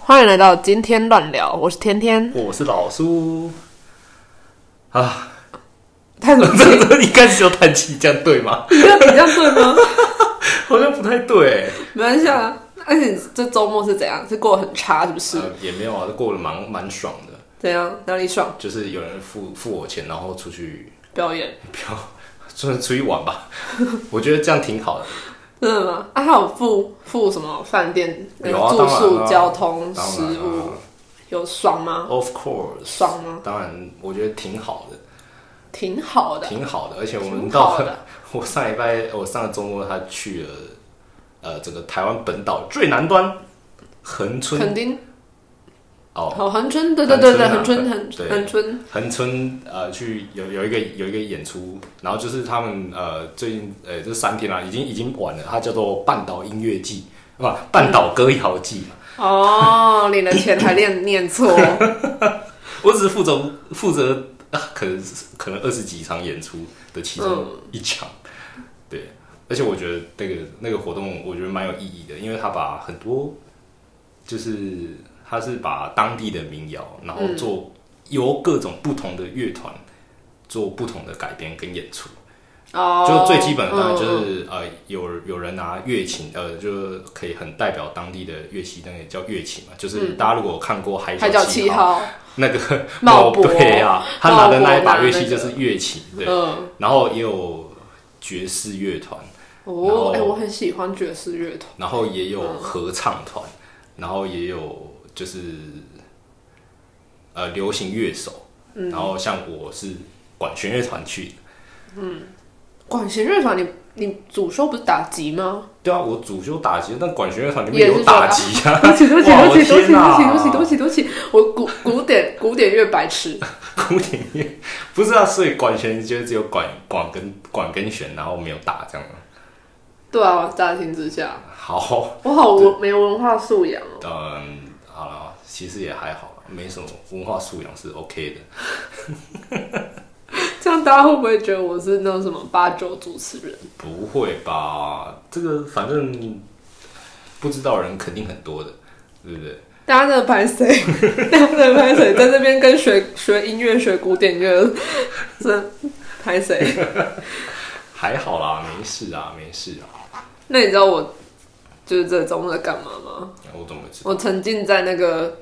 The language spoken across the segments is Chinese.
欢迎来到今天乱聊，我是天天。我是老苏啊， 叹什么这气？这一开始就叹气，这样对吗？ 你这样你这样对吗？好像不太对、没关系啊。而且这周末是怎样？是过得很差是不是？呃也没有啊，都过得蛮蛮爽的，怎样？哪里爽？就是有人付付我钱，然后出去表演？嫖，算是出去玩 吧。我觉得这样挺好的，真的吗？啊，还有付付什么饭店、呃有啊住当然宿、啊交通、当食然物啊，有爽吗？ ，of course，爽啊吗？当然我觉得挺好的，挺好的。挺好的。而且我们挺好到 的我上礼拜，我上个周末他去了呃整个台湾本岛最南端恒春垦丁哦，好，恒春，对对对对，恒春恒春啊恒对恒春，恒春呃去有有一个有一个演出，然后就是他们呃最近呃这三天啊，已经已经晚了，它叫做半岛音乐季，啊半岛歌谣季嘛。哦，领了钱还念念 错，我只是负责负责、啊、可能是可能二十几场演出的其中一场，对，而且我觉得那个那个活动我觉得蛮有意义的，因为他把很多就是他是把当地的民谣，然后做由各种不同的乐团做不同的改编跟演出。哦，就最基本的当然就嗯是、呃，有有人拿乐琴，呃，就是可以很代表当地的乐器，那个叫乐器嘛。就是大家如果有看过《海嗯海角角七七号》号，那 个茂某博对啊，他拿的那一把乐器茂博拿那个就是乐器，对。嗯，然后也有爵士乐团，然哦，后哎、我很喜欢爵士乐团，然后也有合唱团，然后也有就是呃流行乐手，嗯然后像我是管弦乐团去的，管弦乐团，你你主修不是打击吗？对啊，我主修打击，但管弦乐团里也面是有打击 啊！对不起，对不起，哇对不起，对不起，我天哪对不起，对不起，对不起，对不起，我古古典古典乐白痴，古典乐不是啊，所以管弦就只有管管跟管跟弦，然后没有打这样吗。对啊，乍听之下，好，我好文没文化素养哦。嗯，好了，其实也还好，没什么文化素养是 OK 的。 这样大家会不会觉得我是那种什么八九主持人？不会吧？这个反正不知道的人肯定很多的，对不对？大家在拍谁？ 大家在拍谁？在这边跟学学音乐、学古典乐，这拍谁？还好啦，没事啊，没事啊。那你知道我就是这周末在干嘛吗？我怎么知道？我沉浸在那个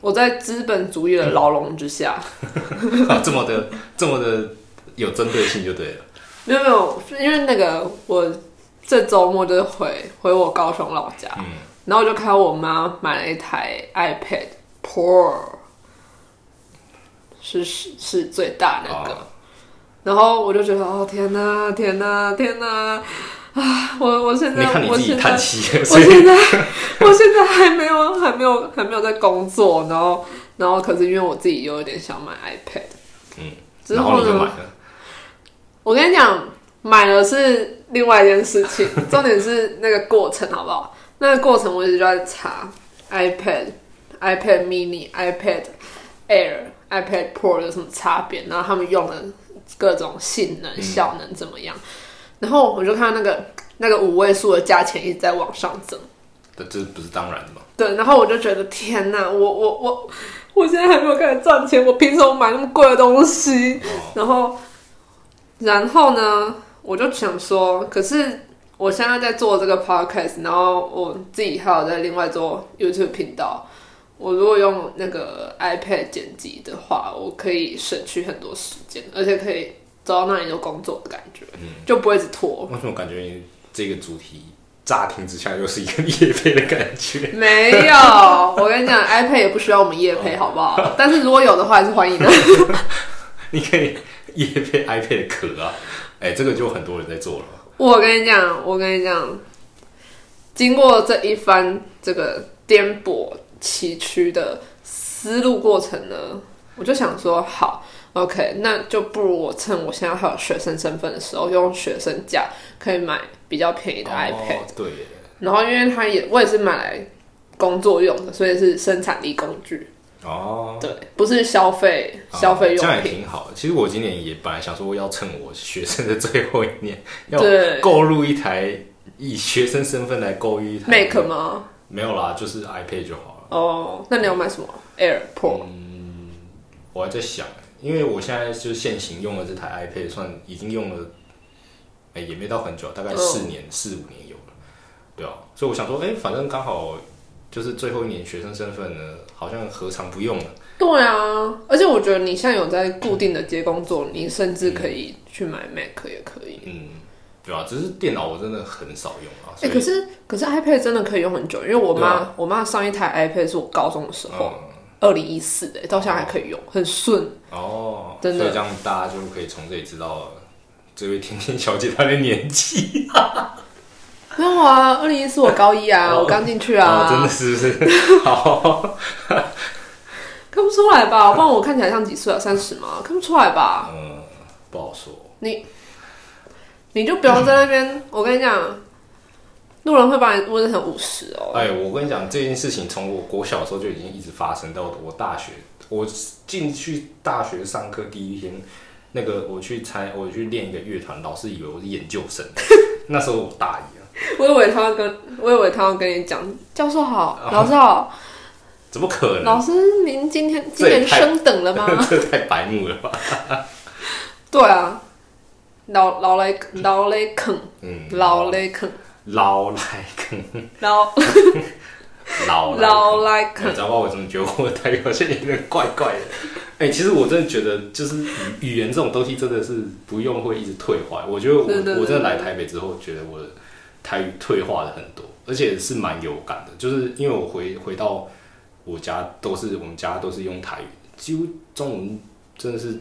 我在资本主义的牢笼之下，这么的，这么的有针对性就对了。没有没有，因为那个我这周末就是回回我高雄老家，嗯然后我就看到我妈买了一台 iPad Pro，是是是最大那个，啊，然后我就觉得哦天哪天哪天哪啊！我我 现在你看你我自己现在 叹气，我所以现在我现在还没有还没有还没有在工作，然后然后可是因为我自己又有点想买 iPad，嗯，之 然后后你就买呢，了。我跟你讲，买了是另外一件事情，重点是那个过程好不好？那个过程我一直就在查 iPad、iPad Mini、iPad Air、iPad Pro 有什么差别，然后他们用的各种性能、效能怎么样，然后我就看到那个那个五位数的价钱一直在往上增。这这不是当然的吗？对，然后我就觉得天哪，我我我，我现在还没有开始赚钱，我凭什么买那么贵的东西？然后，然后呢，我就想说，可是我现在在做这个 podcast，然后我自己还有在另外做 YouTube 频道。我如果用那个 iPad 剪辑的话，我可以省去很多时间，而且可以找到那里有工作的感觉，就不会一直拖。为什么感觉你这个主题乍听之下又是一个 夜配的感觉？没 有，我跟你讲，iPad 也不需要我们夜配，哦好不好？但是如果有的话，还是欢迎 的。你可以夜配 iPad 的壳啊，哎、这个就很多人在做了。我跟你讲，我跟你讲，经过这一番这个颠簸崎岖的思路过程呢，我就想说，好，OK，那就不如我趁我现在还有学生身份的时候，用学生价可以买比较便宜的 iPad。哦、对耶，然后，因为它也我也是买来工作用的，所以是生产力工具，哦，对，不是消费消费哦用这样也品。挺好的。其实我今年也本来想说，要趁我学生的最后一 年，要对购入一台以学生身份来购入一台 Make 吗？没有啦，就是 iPad 就好了。哦，那你要买什么？Air Pro？嗯我还在想，因为我现在就是现行用的这台 iPad，算已经用了，哎、也没到很久，大概嗯四年、四五年有了，对啊，所以我想说，哎、反正刚好就是最后一年学生身份呢，好像何尝不用呢？对啊，而且我觉得你现在有在固定的接工作，你甚至可以去买 Mac 也可以。嗯，对啊，只是电脑我真的很少用啊，哎、所以、可是可是 iPad 真的可以用很久，因为我对啊妈、我妈上一台 iPad 是我高中的时候，嗯，二零一四的，到现在还可以用，很顺。哦，真的所以这样大家就可以从这里知道这位甜甜小姐她的年纪没有啊，二零一四我高一啊， 哦我刚进去哦真啊的，是不是？好，看不出来吧？不然我看起来像几岁啊？三十吗？看不出来吧？嗯，不好说。你你就不要在那边，我跟你讲，路人会把你问成五十哦。哎，我跟你讲这件事情，从我国小的时候就已经一直发生到我大学，我进去大学上课第一天，那个我去参，我去练一个乐团，老师以为我是研究生， 那时候我大一啊，我以为他要跟，我以为他要跟你讲，教授好，老师好，怎么可能？老师您今天今这也年太升等了 吗？ 这太白目了吧？对啊，老老来老来啃，嗯， 老来啃，老来坑，老老来老坑来你啃，知道吧？我怎么觉得我的台语好像有点怪怪的？ 哎、其实我真的觉得，就是语语言这种东西真的是不用会一直退化。我觉得我对对对我真的来台北之后，觉得我的台语退化了很多，而且是蛮有感的。就是因为我回回到我家都是我们家都是用台语，几乎中文真的是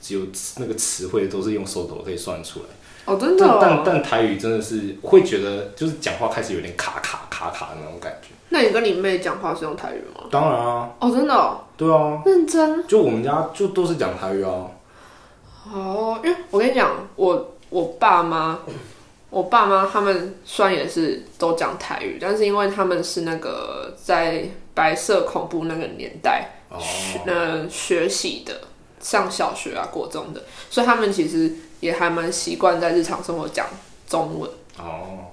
只有那个词汇都是用手抖可以算出来。哦，真的但但哦。但台语真的是会觉得就是讲话开始有点卡卡卡卡的那种感觉。那你跟你妹讲话是用台语吗？当然啊，哦，真的哦，对啊。认真就我们家就都是讲台语啊，哦，因为我跟你讲，我我爸妈，我爸妈他们虽然也是都讲台语，但是因为他们是那个在白色恐怖那个年代 哦学、呃学习的，上小学啊、国中的，所以他们其实也还蛮习惯在日常生活讲中文。哦，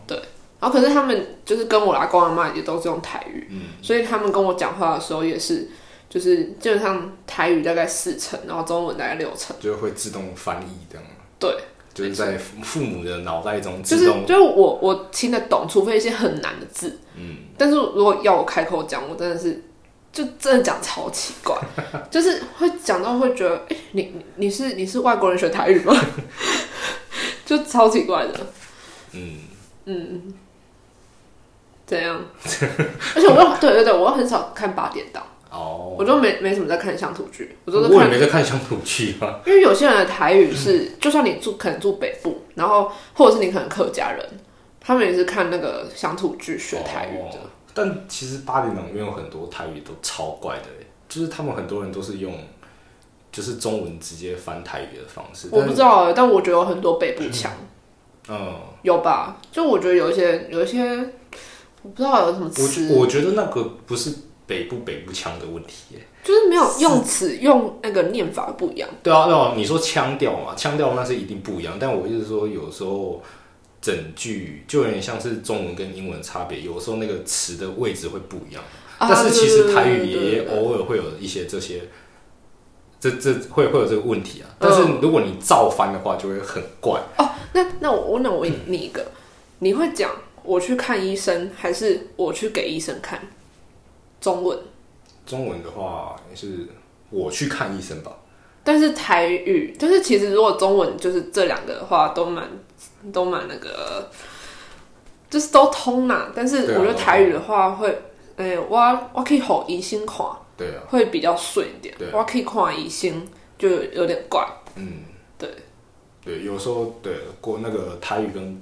然后可是他们就是跟我阿公阿妈也都是用台语，所以他们跟我讲话的时候也是，就是基本上台语大概四成，然后中文大概六成，就会自动翻译这样，对。就是在父父母的脑袋中就自是动，就是我我听得懂，除非一些很难的字，嗯，但是如果要我开口讲，我真的是就真的讲超奇怪， 就是会讲到会觉得，哎、你你你是你是外国人学台语吗？ 就超奇怪的，嗯，怎 样？而且我又对对对，我又很少看八点档，哦，我就没没什么在看乡土剧，我都是我也看没在看乡土剧啊，因为有些人的台语是，就算你住可能住北部，然后或者是你可能客家人，他们也是看那个乡土剧 学台语的。哦但其实八点档里面有很多台语都超怪的欸，就是他们很多人都是用就是中文直接翻台语的方式，我但不是知道、欸，但我觉得有很多北部腔，嗯，有吧？就我觉得有一些，有一些，我不知道有什么我词觉，我觉得那个不是北部北部腔的问题欸，就是没有用词用那个念法不一样。对啊，对啊，你说腔调嘛，腔调那是一定不一样。但我就是说，有时候整句就有点像是中文跟英文的差别，有时候那个词的位置会不一样。啊但是其实对对对台语对对也对偶尔会有一些这些，这这会会有这个问题啊。嗯但是如果你照翻的话，就会很怪。那那我那我问嗯你一个，你会讲我去看医生，还是我去给医生看？中文，中文的话是我去看医生吧，但是台语，但是其实如果中文就是这两个的话，都蛮都蛮那个，就是都通啦、但是对啊我觉得台语的话会，哎、我我可以吼疑心看。对啊，会比较顺一点对。我可以看疑心就有点怪，嗯，对对，有时候对国那个台语跟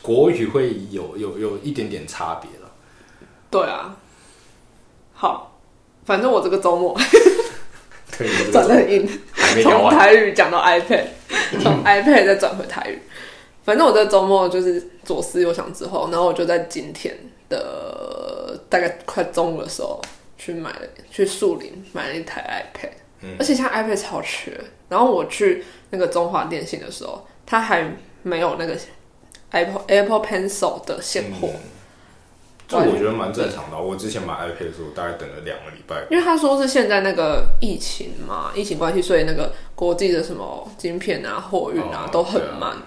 国语会有有有一点点差别了。对啊。好，反正我这个周末对，有这个转的很硬，还没聊从完。嗯台语讲到 iPad，从 iPad 再转回台语。反正我这个周末就是左思右想之后，然后我就在今天的大概快中午的时候去买了，去树林买了一台 iPad，、而嗯且现在 iPad 超缺。然后我去那个中华电信的时候，嗯它还没有那个 Apple Apple Pencil 的现货，这我觉得蛮正常的啊。我之前买 iPad 的时候，大概等了两个礼拜。因为他说是现在那个疫情嘛，疫情关系，所以那个国际的什么晶片啊、货运啊、哦都很慢。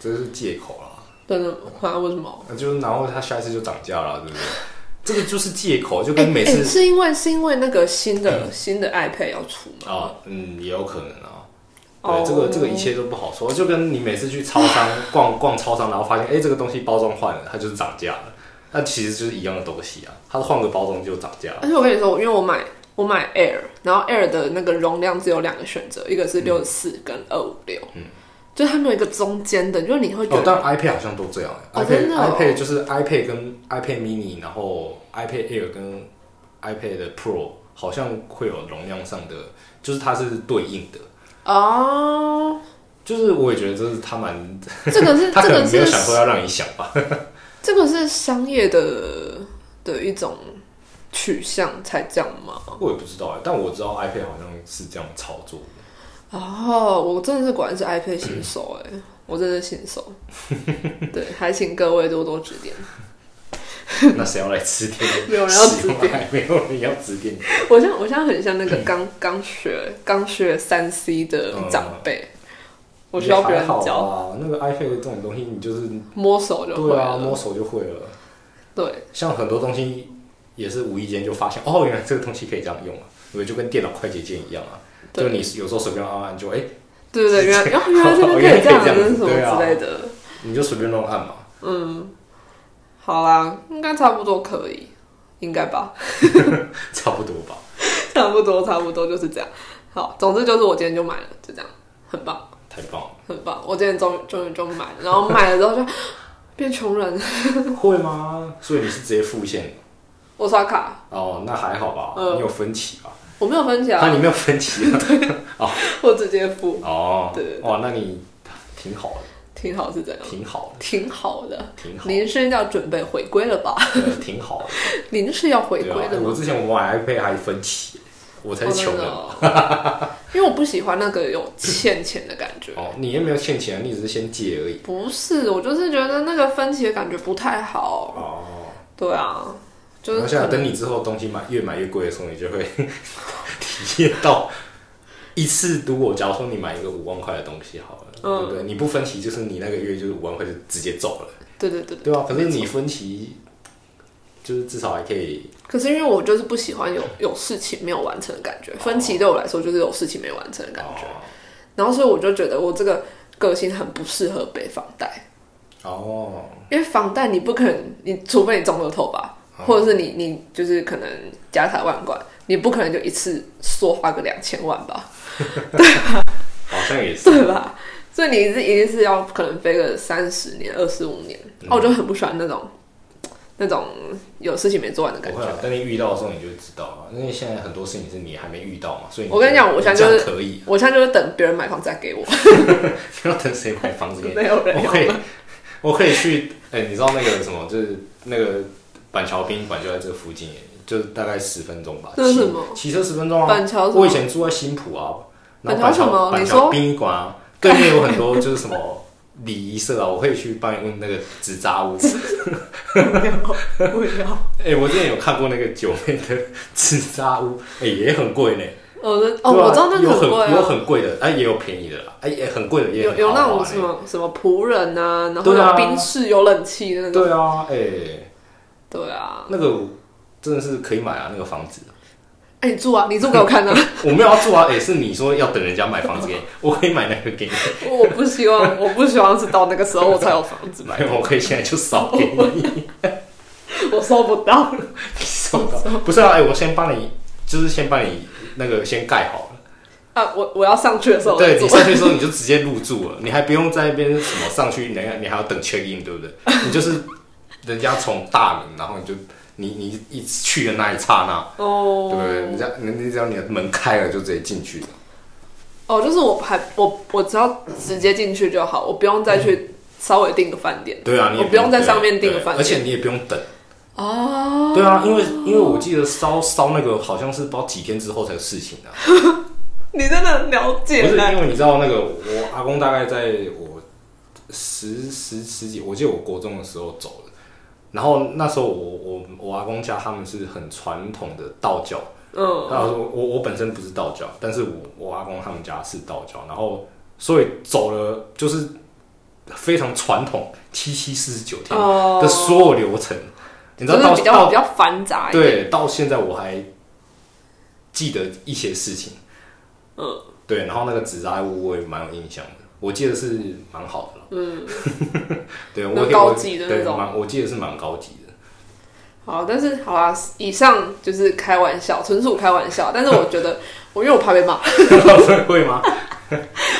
这是借口啦，真的，啊，为什么？那就是然后它下一次就涨价了，对不对？ 这个就是借口，就哎、跟每次嗯哎是因为是因为那个新的、新的 iPad 要出嘛？啊，嗯，也有可能啊。哦对，这个这个一切都不好说，就跟你每次去超 商逛逛超商，然后发现哎、诶这个东西包装换了，它就是涨价了。那其实就是一样的东西啊，它换个包装就涨价了。而且我跟你说，因为我买我买 Air，然后 Air 的那个容量只有两个选择，一个是嗯六十四跟二五六，就它没有一个中间的，就是你会觉得，哦，但 iPad 好像都这样、哦 iPad、真的哦 iPad 就是 iPad 跟 iPad mini，然后 iPad Air 跟 iPad 的 Pro 好像会有容量上的，就是它是对应的。哦，就是我也觉得这是他蛮，这 个是他这可个能没有是想说要让你想吧。这个是商业的的一种取向才这样吗？我也不知道哎、但我知道 iPad 好像是这样操作 的。哦，我真的是果然是 iPad 新手哎、我真的是新 手，对，还请各位多多指点。那谁要来指点？没有人要指点，没有人要指点。我现在我现在很像那个嗯刚刚学刚学三 C 的长辈，我需要别人也还教，好啊。那个 iPad 这种东西，你就是摸手就会对啊，了。摸手就会了。对，像很多东西也是无意间就发现，哦，原来这个东西可以这样用啊，对不对？就跟电脑快捷键一样啊，对就你有时候随便按按就哎、对对对，原来哦这样原 来这边可以这样，原来可以这样这是什么对啊之类的。你就随便乱按嘛。 好啦，应该差不多可以，应该吧， 差不多吧，差不多差不多就是这样。好，总之就是我今天就买了，就这样，很棒太棒了！很棒。我今天终于终于就买了，然后买了之后就 变穷人，会吗？所以你是直接付现我刷卡，哦？那还好吧，嗯你有分期吧？我没有分啊，享，你没有分期 啊？我直接付，哦，对嗯哇，那你挺好的，挺好是这样，挺好挺好的。的，挺好的，您是要准备回归了吧？ 呃挺好的。您是要回对归啊的，我吗？之前我买 iPad 还分期，啊我才是穷人。哦真的哦 因为我不喜欢那个有欠钱的感觉。哦，你也没有欠钱啊，你只是先借而已。不是，我就是觉得那个分歧的感觉不太好。哦，对啊，就然后是现在可能等你之后东西买越买越贵的时候，你就会 体验到一次。如果假如说你买一个五万块的东西好了，嗯对不对？你不分期，就是你那个月就是五万块就直接走了，对对对对。啊对吧、可是你分期，就是至少还可以可是因为我就是不喜欢有有事情没有完成的感哦觉，分歧对我来说就是有事情没有完成的感觉。然后所以我就觉得我这个个性很不适合背房贷，哦，因为房贷你不可能，你除非你中乐透吧，啊或者是你你就是可能家财万贯，你不可能就一次说花个两千万吧。好像也是。对吧？所以你是一定是要可能飞个三十年、二十五年，哦，我就很不喜欢那种那种有事情没做完的感不觉会。啊，当你遇到的时候，你就会知道啊了。因为现在很多事情是你还没遇到嘛，所以我跟你讲我现在这就是样可以， 我现在就是等别人买房再给我，不要等谁买房子给你。 没有人我要可。以，我可以去，哎、你知道那个什么，就是那个板桥殡仪馆就在这附近耶，就是大概十分钟吧。这是骑什么骑车十分钟啊。板桥什么我以前住在新浦啊，然板后板桥什么桥你板说桥殡仪馆啊，对面有很多就是什么礼仪社啊，我可以去帮你问那个纸扎屋。不要，哎、我之前有看过那个九妹的纸扎屋，哎、也很贵呢。我的哦，对啊我知道那个有很贵有啊，很贵的，哎、也有便宜的啦，哎、也很贵的，也有很有那豪种华什呢么什么仆人啊，然后对有啊宾士、有冷气的那种。对啊，哎、对啊，那个真的是可以买啊，那个房子。哎，你住啊，你住给我看啊！我没有要住啊， 也、是你说要等人家买房子给你，我可以买那个给你， 我不希望，我不希望是到那个时候我才有房子买， 买我可以现在就扫给你，我收不到。扫到不是啊，哎、我先帮你，就是先帮你那个先盖好了。啊，我我要上去的时候我再对做你。上去的时候你就直接入住了，你还不用在那边什么上去，你还你还要等 check in，对不对？你就是人家从大门，然后你就你你一去的那一刹那，哦，对不对？人家你只要你的门开了就直接进去了。哦，就是我还我我只要直接进去就好，我不用再去稍微订个饭店。嗯对啊，你也我哦不用在上面对订个饭而且店。你也不用等。哦，对啊，因为因为我记得烧烧那个好像是不知道几天之后才有事情 啊，你真的很了不解欸是呢。因为你知道那个我阿公大概在我十十十几，我记得我国中的时候走了，然后那时候我我我阿公家他们是很传统的道教，嗯，然后我我我本身不是道教，但是我我阿公他们家是道教，然后所以走了就是非常传统七七四十九天哦的所有流程，你知道真的到比到较比较繁杂一点，对，到现在我还记得一些事情。嗯，对，然后那个纸扎屋我也蛮有印象的，我记得是蛮好的了。嗯， 对，我那可以高级的对那种蛮我记得是蛮高级的。好，但是好啦，以上就是开玩笑，纯属开玩笑。但是我觉得，我因为我怕被骂， 会吗？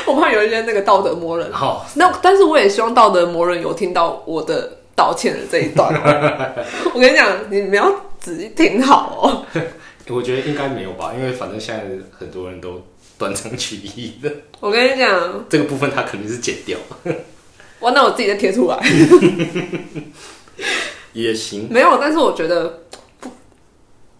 我怕有一些那个道德魔人然。后那但是我也希望道德魔人有听到我的道歉的这一段哦。我跟你讲，你们要仔细听好哦。我觉得应该没有吧，因为反正现在很多人都断章取义的，我跟你讲，这个部分他肯定是剪掉我那我自己再贴出来。也行。没有，但是我觉得不，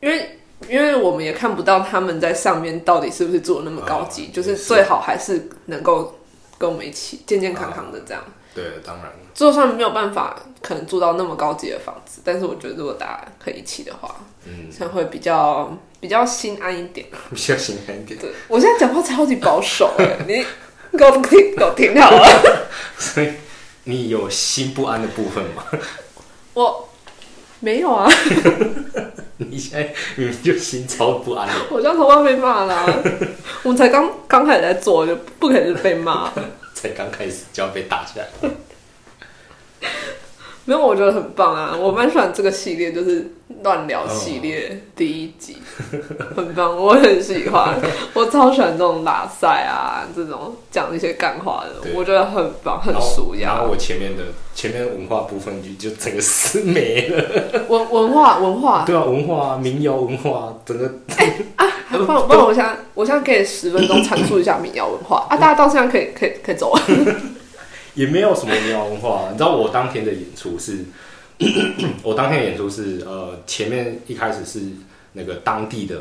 因为因为我们也看不到他们在上面到底是不是做的那么高级，啊就是也是最好还是能够跟我们一起健健康康的这样。对，当然就算没有办法，可能住到那么高级的房子，但是我觉得如果大家可以一起的话，嗯，才会比较比较心安一点。比较心安一点，对我现在讲话超级保守哎、 你你给我听给我听好了。所以你有心不安的部分吗？ 我没有啊， 你现在明明就心超不安的。我这样头发被骂啦、 我们才刚刚开始在做，就不可能被骂。才刚开始就要被打下来。没有，我觉得很棒啊，我蛮喜欢这个系列，就是乱聊系列第一集，很棒，我很喜欢，我超喜欢这种拉塞啊，这种讲一些干话的，对我觉得很棒，很然后舒压然。后我前面的前面文化部分就就整个是没了。 文文化文化， 对啊，文化、民谣文化，整个还 不然不然我现在我现在可以十分钟阐述一下民谣文化啊，大家到现在可以可以可以 走了。也没有什么民谣文化。你知道我当天的演出 是，我当天的演出是呃，前面一开始是那个当地的，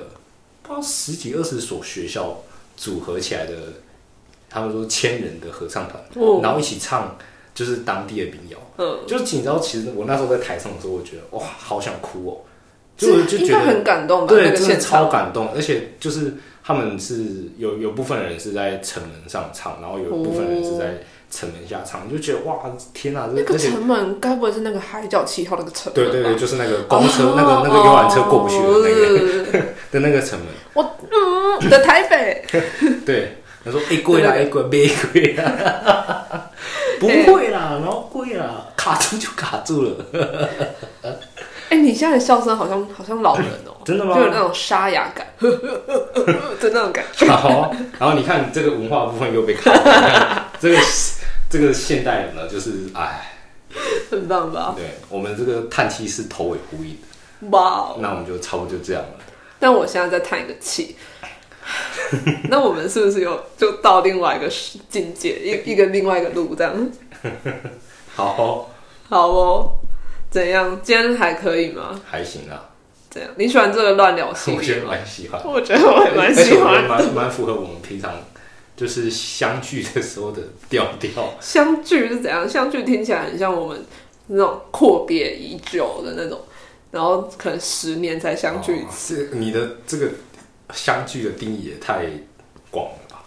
不知道十几二十所学校组合起来的，他们说千人的合唱团，哦然后一起唱就是当地的民谣。嗯，就是你知道，其实我那时候在台上的时候，我觉得哇，好想哭哦、就这我就应觉该得很感动吧？那对，个真的现超场，感动，而且就是他们是有有部分人是在城门上唱，然后有部分人是在城门下唱，你就觉得哇，天啊，那这个而且城门啊该不会是那个海角七号那个城门对吧？对对，就是那个公车、那个那个哦游览车过不去的那个、个。的那个城门，哦我嗯的台北，对，他说哎贵啦，哎贵，没贵啦， 不会啦，然后贵啦，卡住就卡住了，哎、你现在的笑声好像好像老人哦、真的吗就有那种沙哑感， 的那种感觉。然后，然后你看这个文化部分又被卡 住了，你看这个这个现代人呢，就是哎，很棒吧？对我们这个叹气是头尾呼应的。哇、哦！那我们就差不多就这样了。但我现在在叹一个气。 那我们是不是有就到另外一个境界，一一个另外一个路这样？好，好哦，怎样？今天还可以吗？还行 啊，怎样？你喜欢这个乱聊系我觉列得吗？蛮喜欢，我觉得我也蛮而且喜我觉得 欢。蛮蛮符合我们平常就是相聚的时候的调调。相聚是怎样？相聚听起来很像我们那种阔别已久的那种，然后可能十年才相聚一哦次。是你的这个相聚的定义也太广了吧？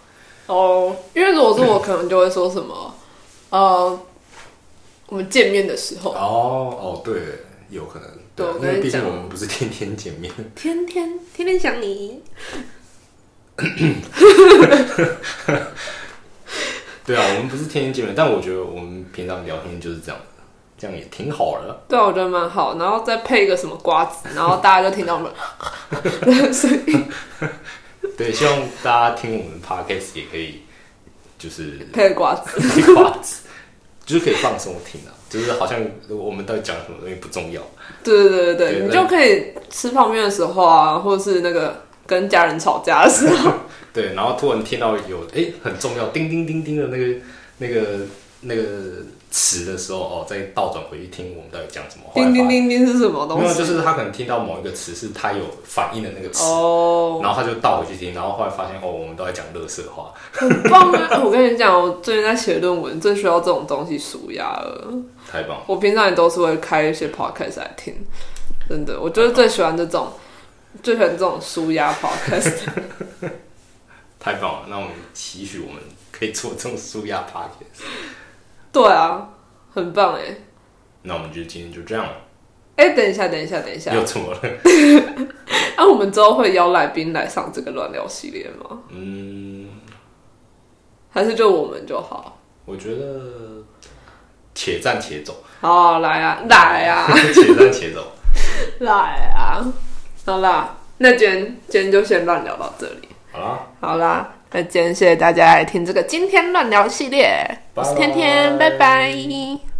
哦，因为如果是我，可能就会说什么，呃，我们见面的时候，哦哦，对，有可能，对对啊，我因跟为你毕竟讲我们不是天天见面，天天天天想你。对啊，我们不是天天见面，但我觉得我们平常聊天就是这样的，这样也挺好的。对啊，我觉得蛮好，然后再配一个什么瓜子，然后大家就听到我们 的声音，对，希望大家听我们 podcast 也可以，就是 配瓜子。瓜子，就是可以放松听啊，就是好像我们到底讲什么东西不重要，对对对对对对，你那就可以吃泡面的时候啊，或者是那个跟家人吵架的时 候，对，然后突然听到有哎、诶很重要，叮叮叮叮的那个那个那个词的时候，哦，再倒转回去听我们到底讲什么话。叮叮后来叮叮是什么发现，东没有，西？就是他可能听到某一个词是他有反应的那个词，哦，然后他就倒回去听，然后后来发现哦，我们都在讲乐色话。很棒啊！我跟你讲，我最近在写论文，最需要这种东西舒压了。太棒了！我平常也都是会开一些 podcast 来听，真的，我就是最喜欢这种，最喜欢这种舒压 podcast。太棒了！那我们期许我们可以做这种舒压 p a r t 对啊，很棒哎、欸！那我们就今天就这样了，哎、等一下，等一下，等一下，又怎么了？啊，我们之后会邀来宾来上这个乱聊系列吗？嗯，还是就我们就好？我觉得且战且走，好啊，来啊，来 啊，且战且走。来啊！好啦，那今天今天就先乱聊到这里。好啦，好啦，那今天谢谢大家来听这个今天乱聊系列，我是天天，拜拜拜拜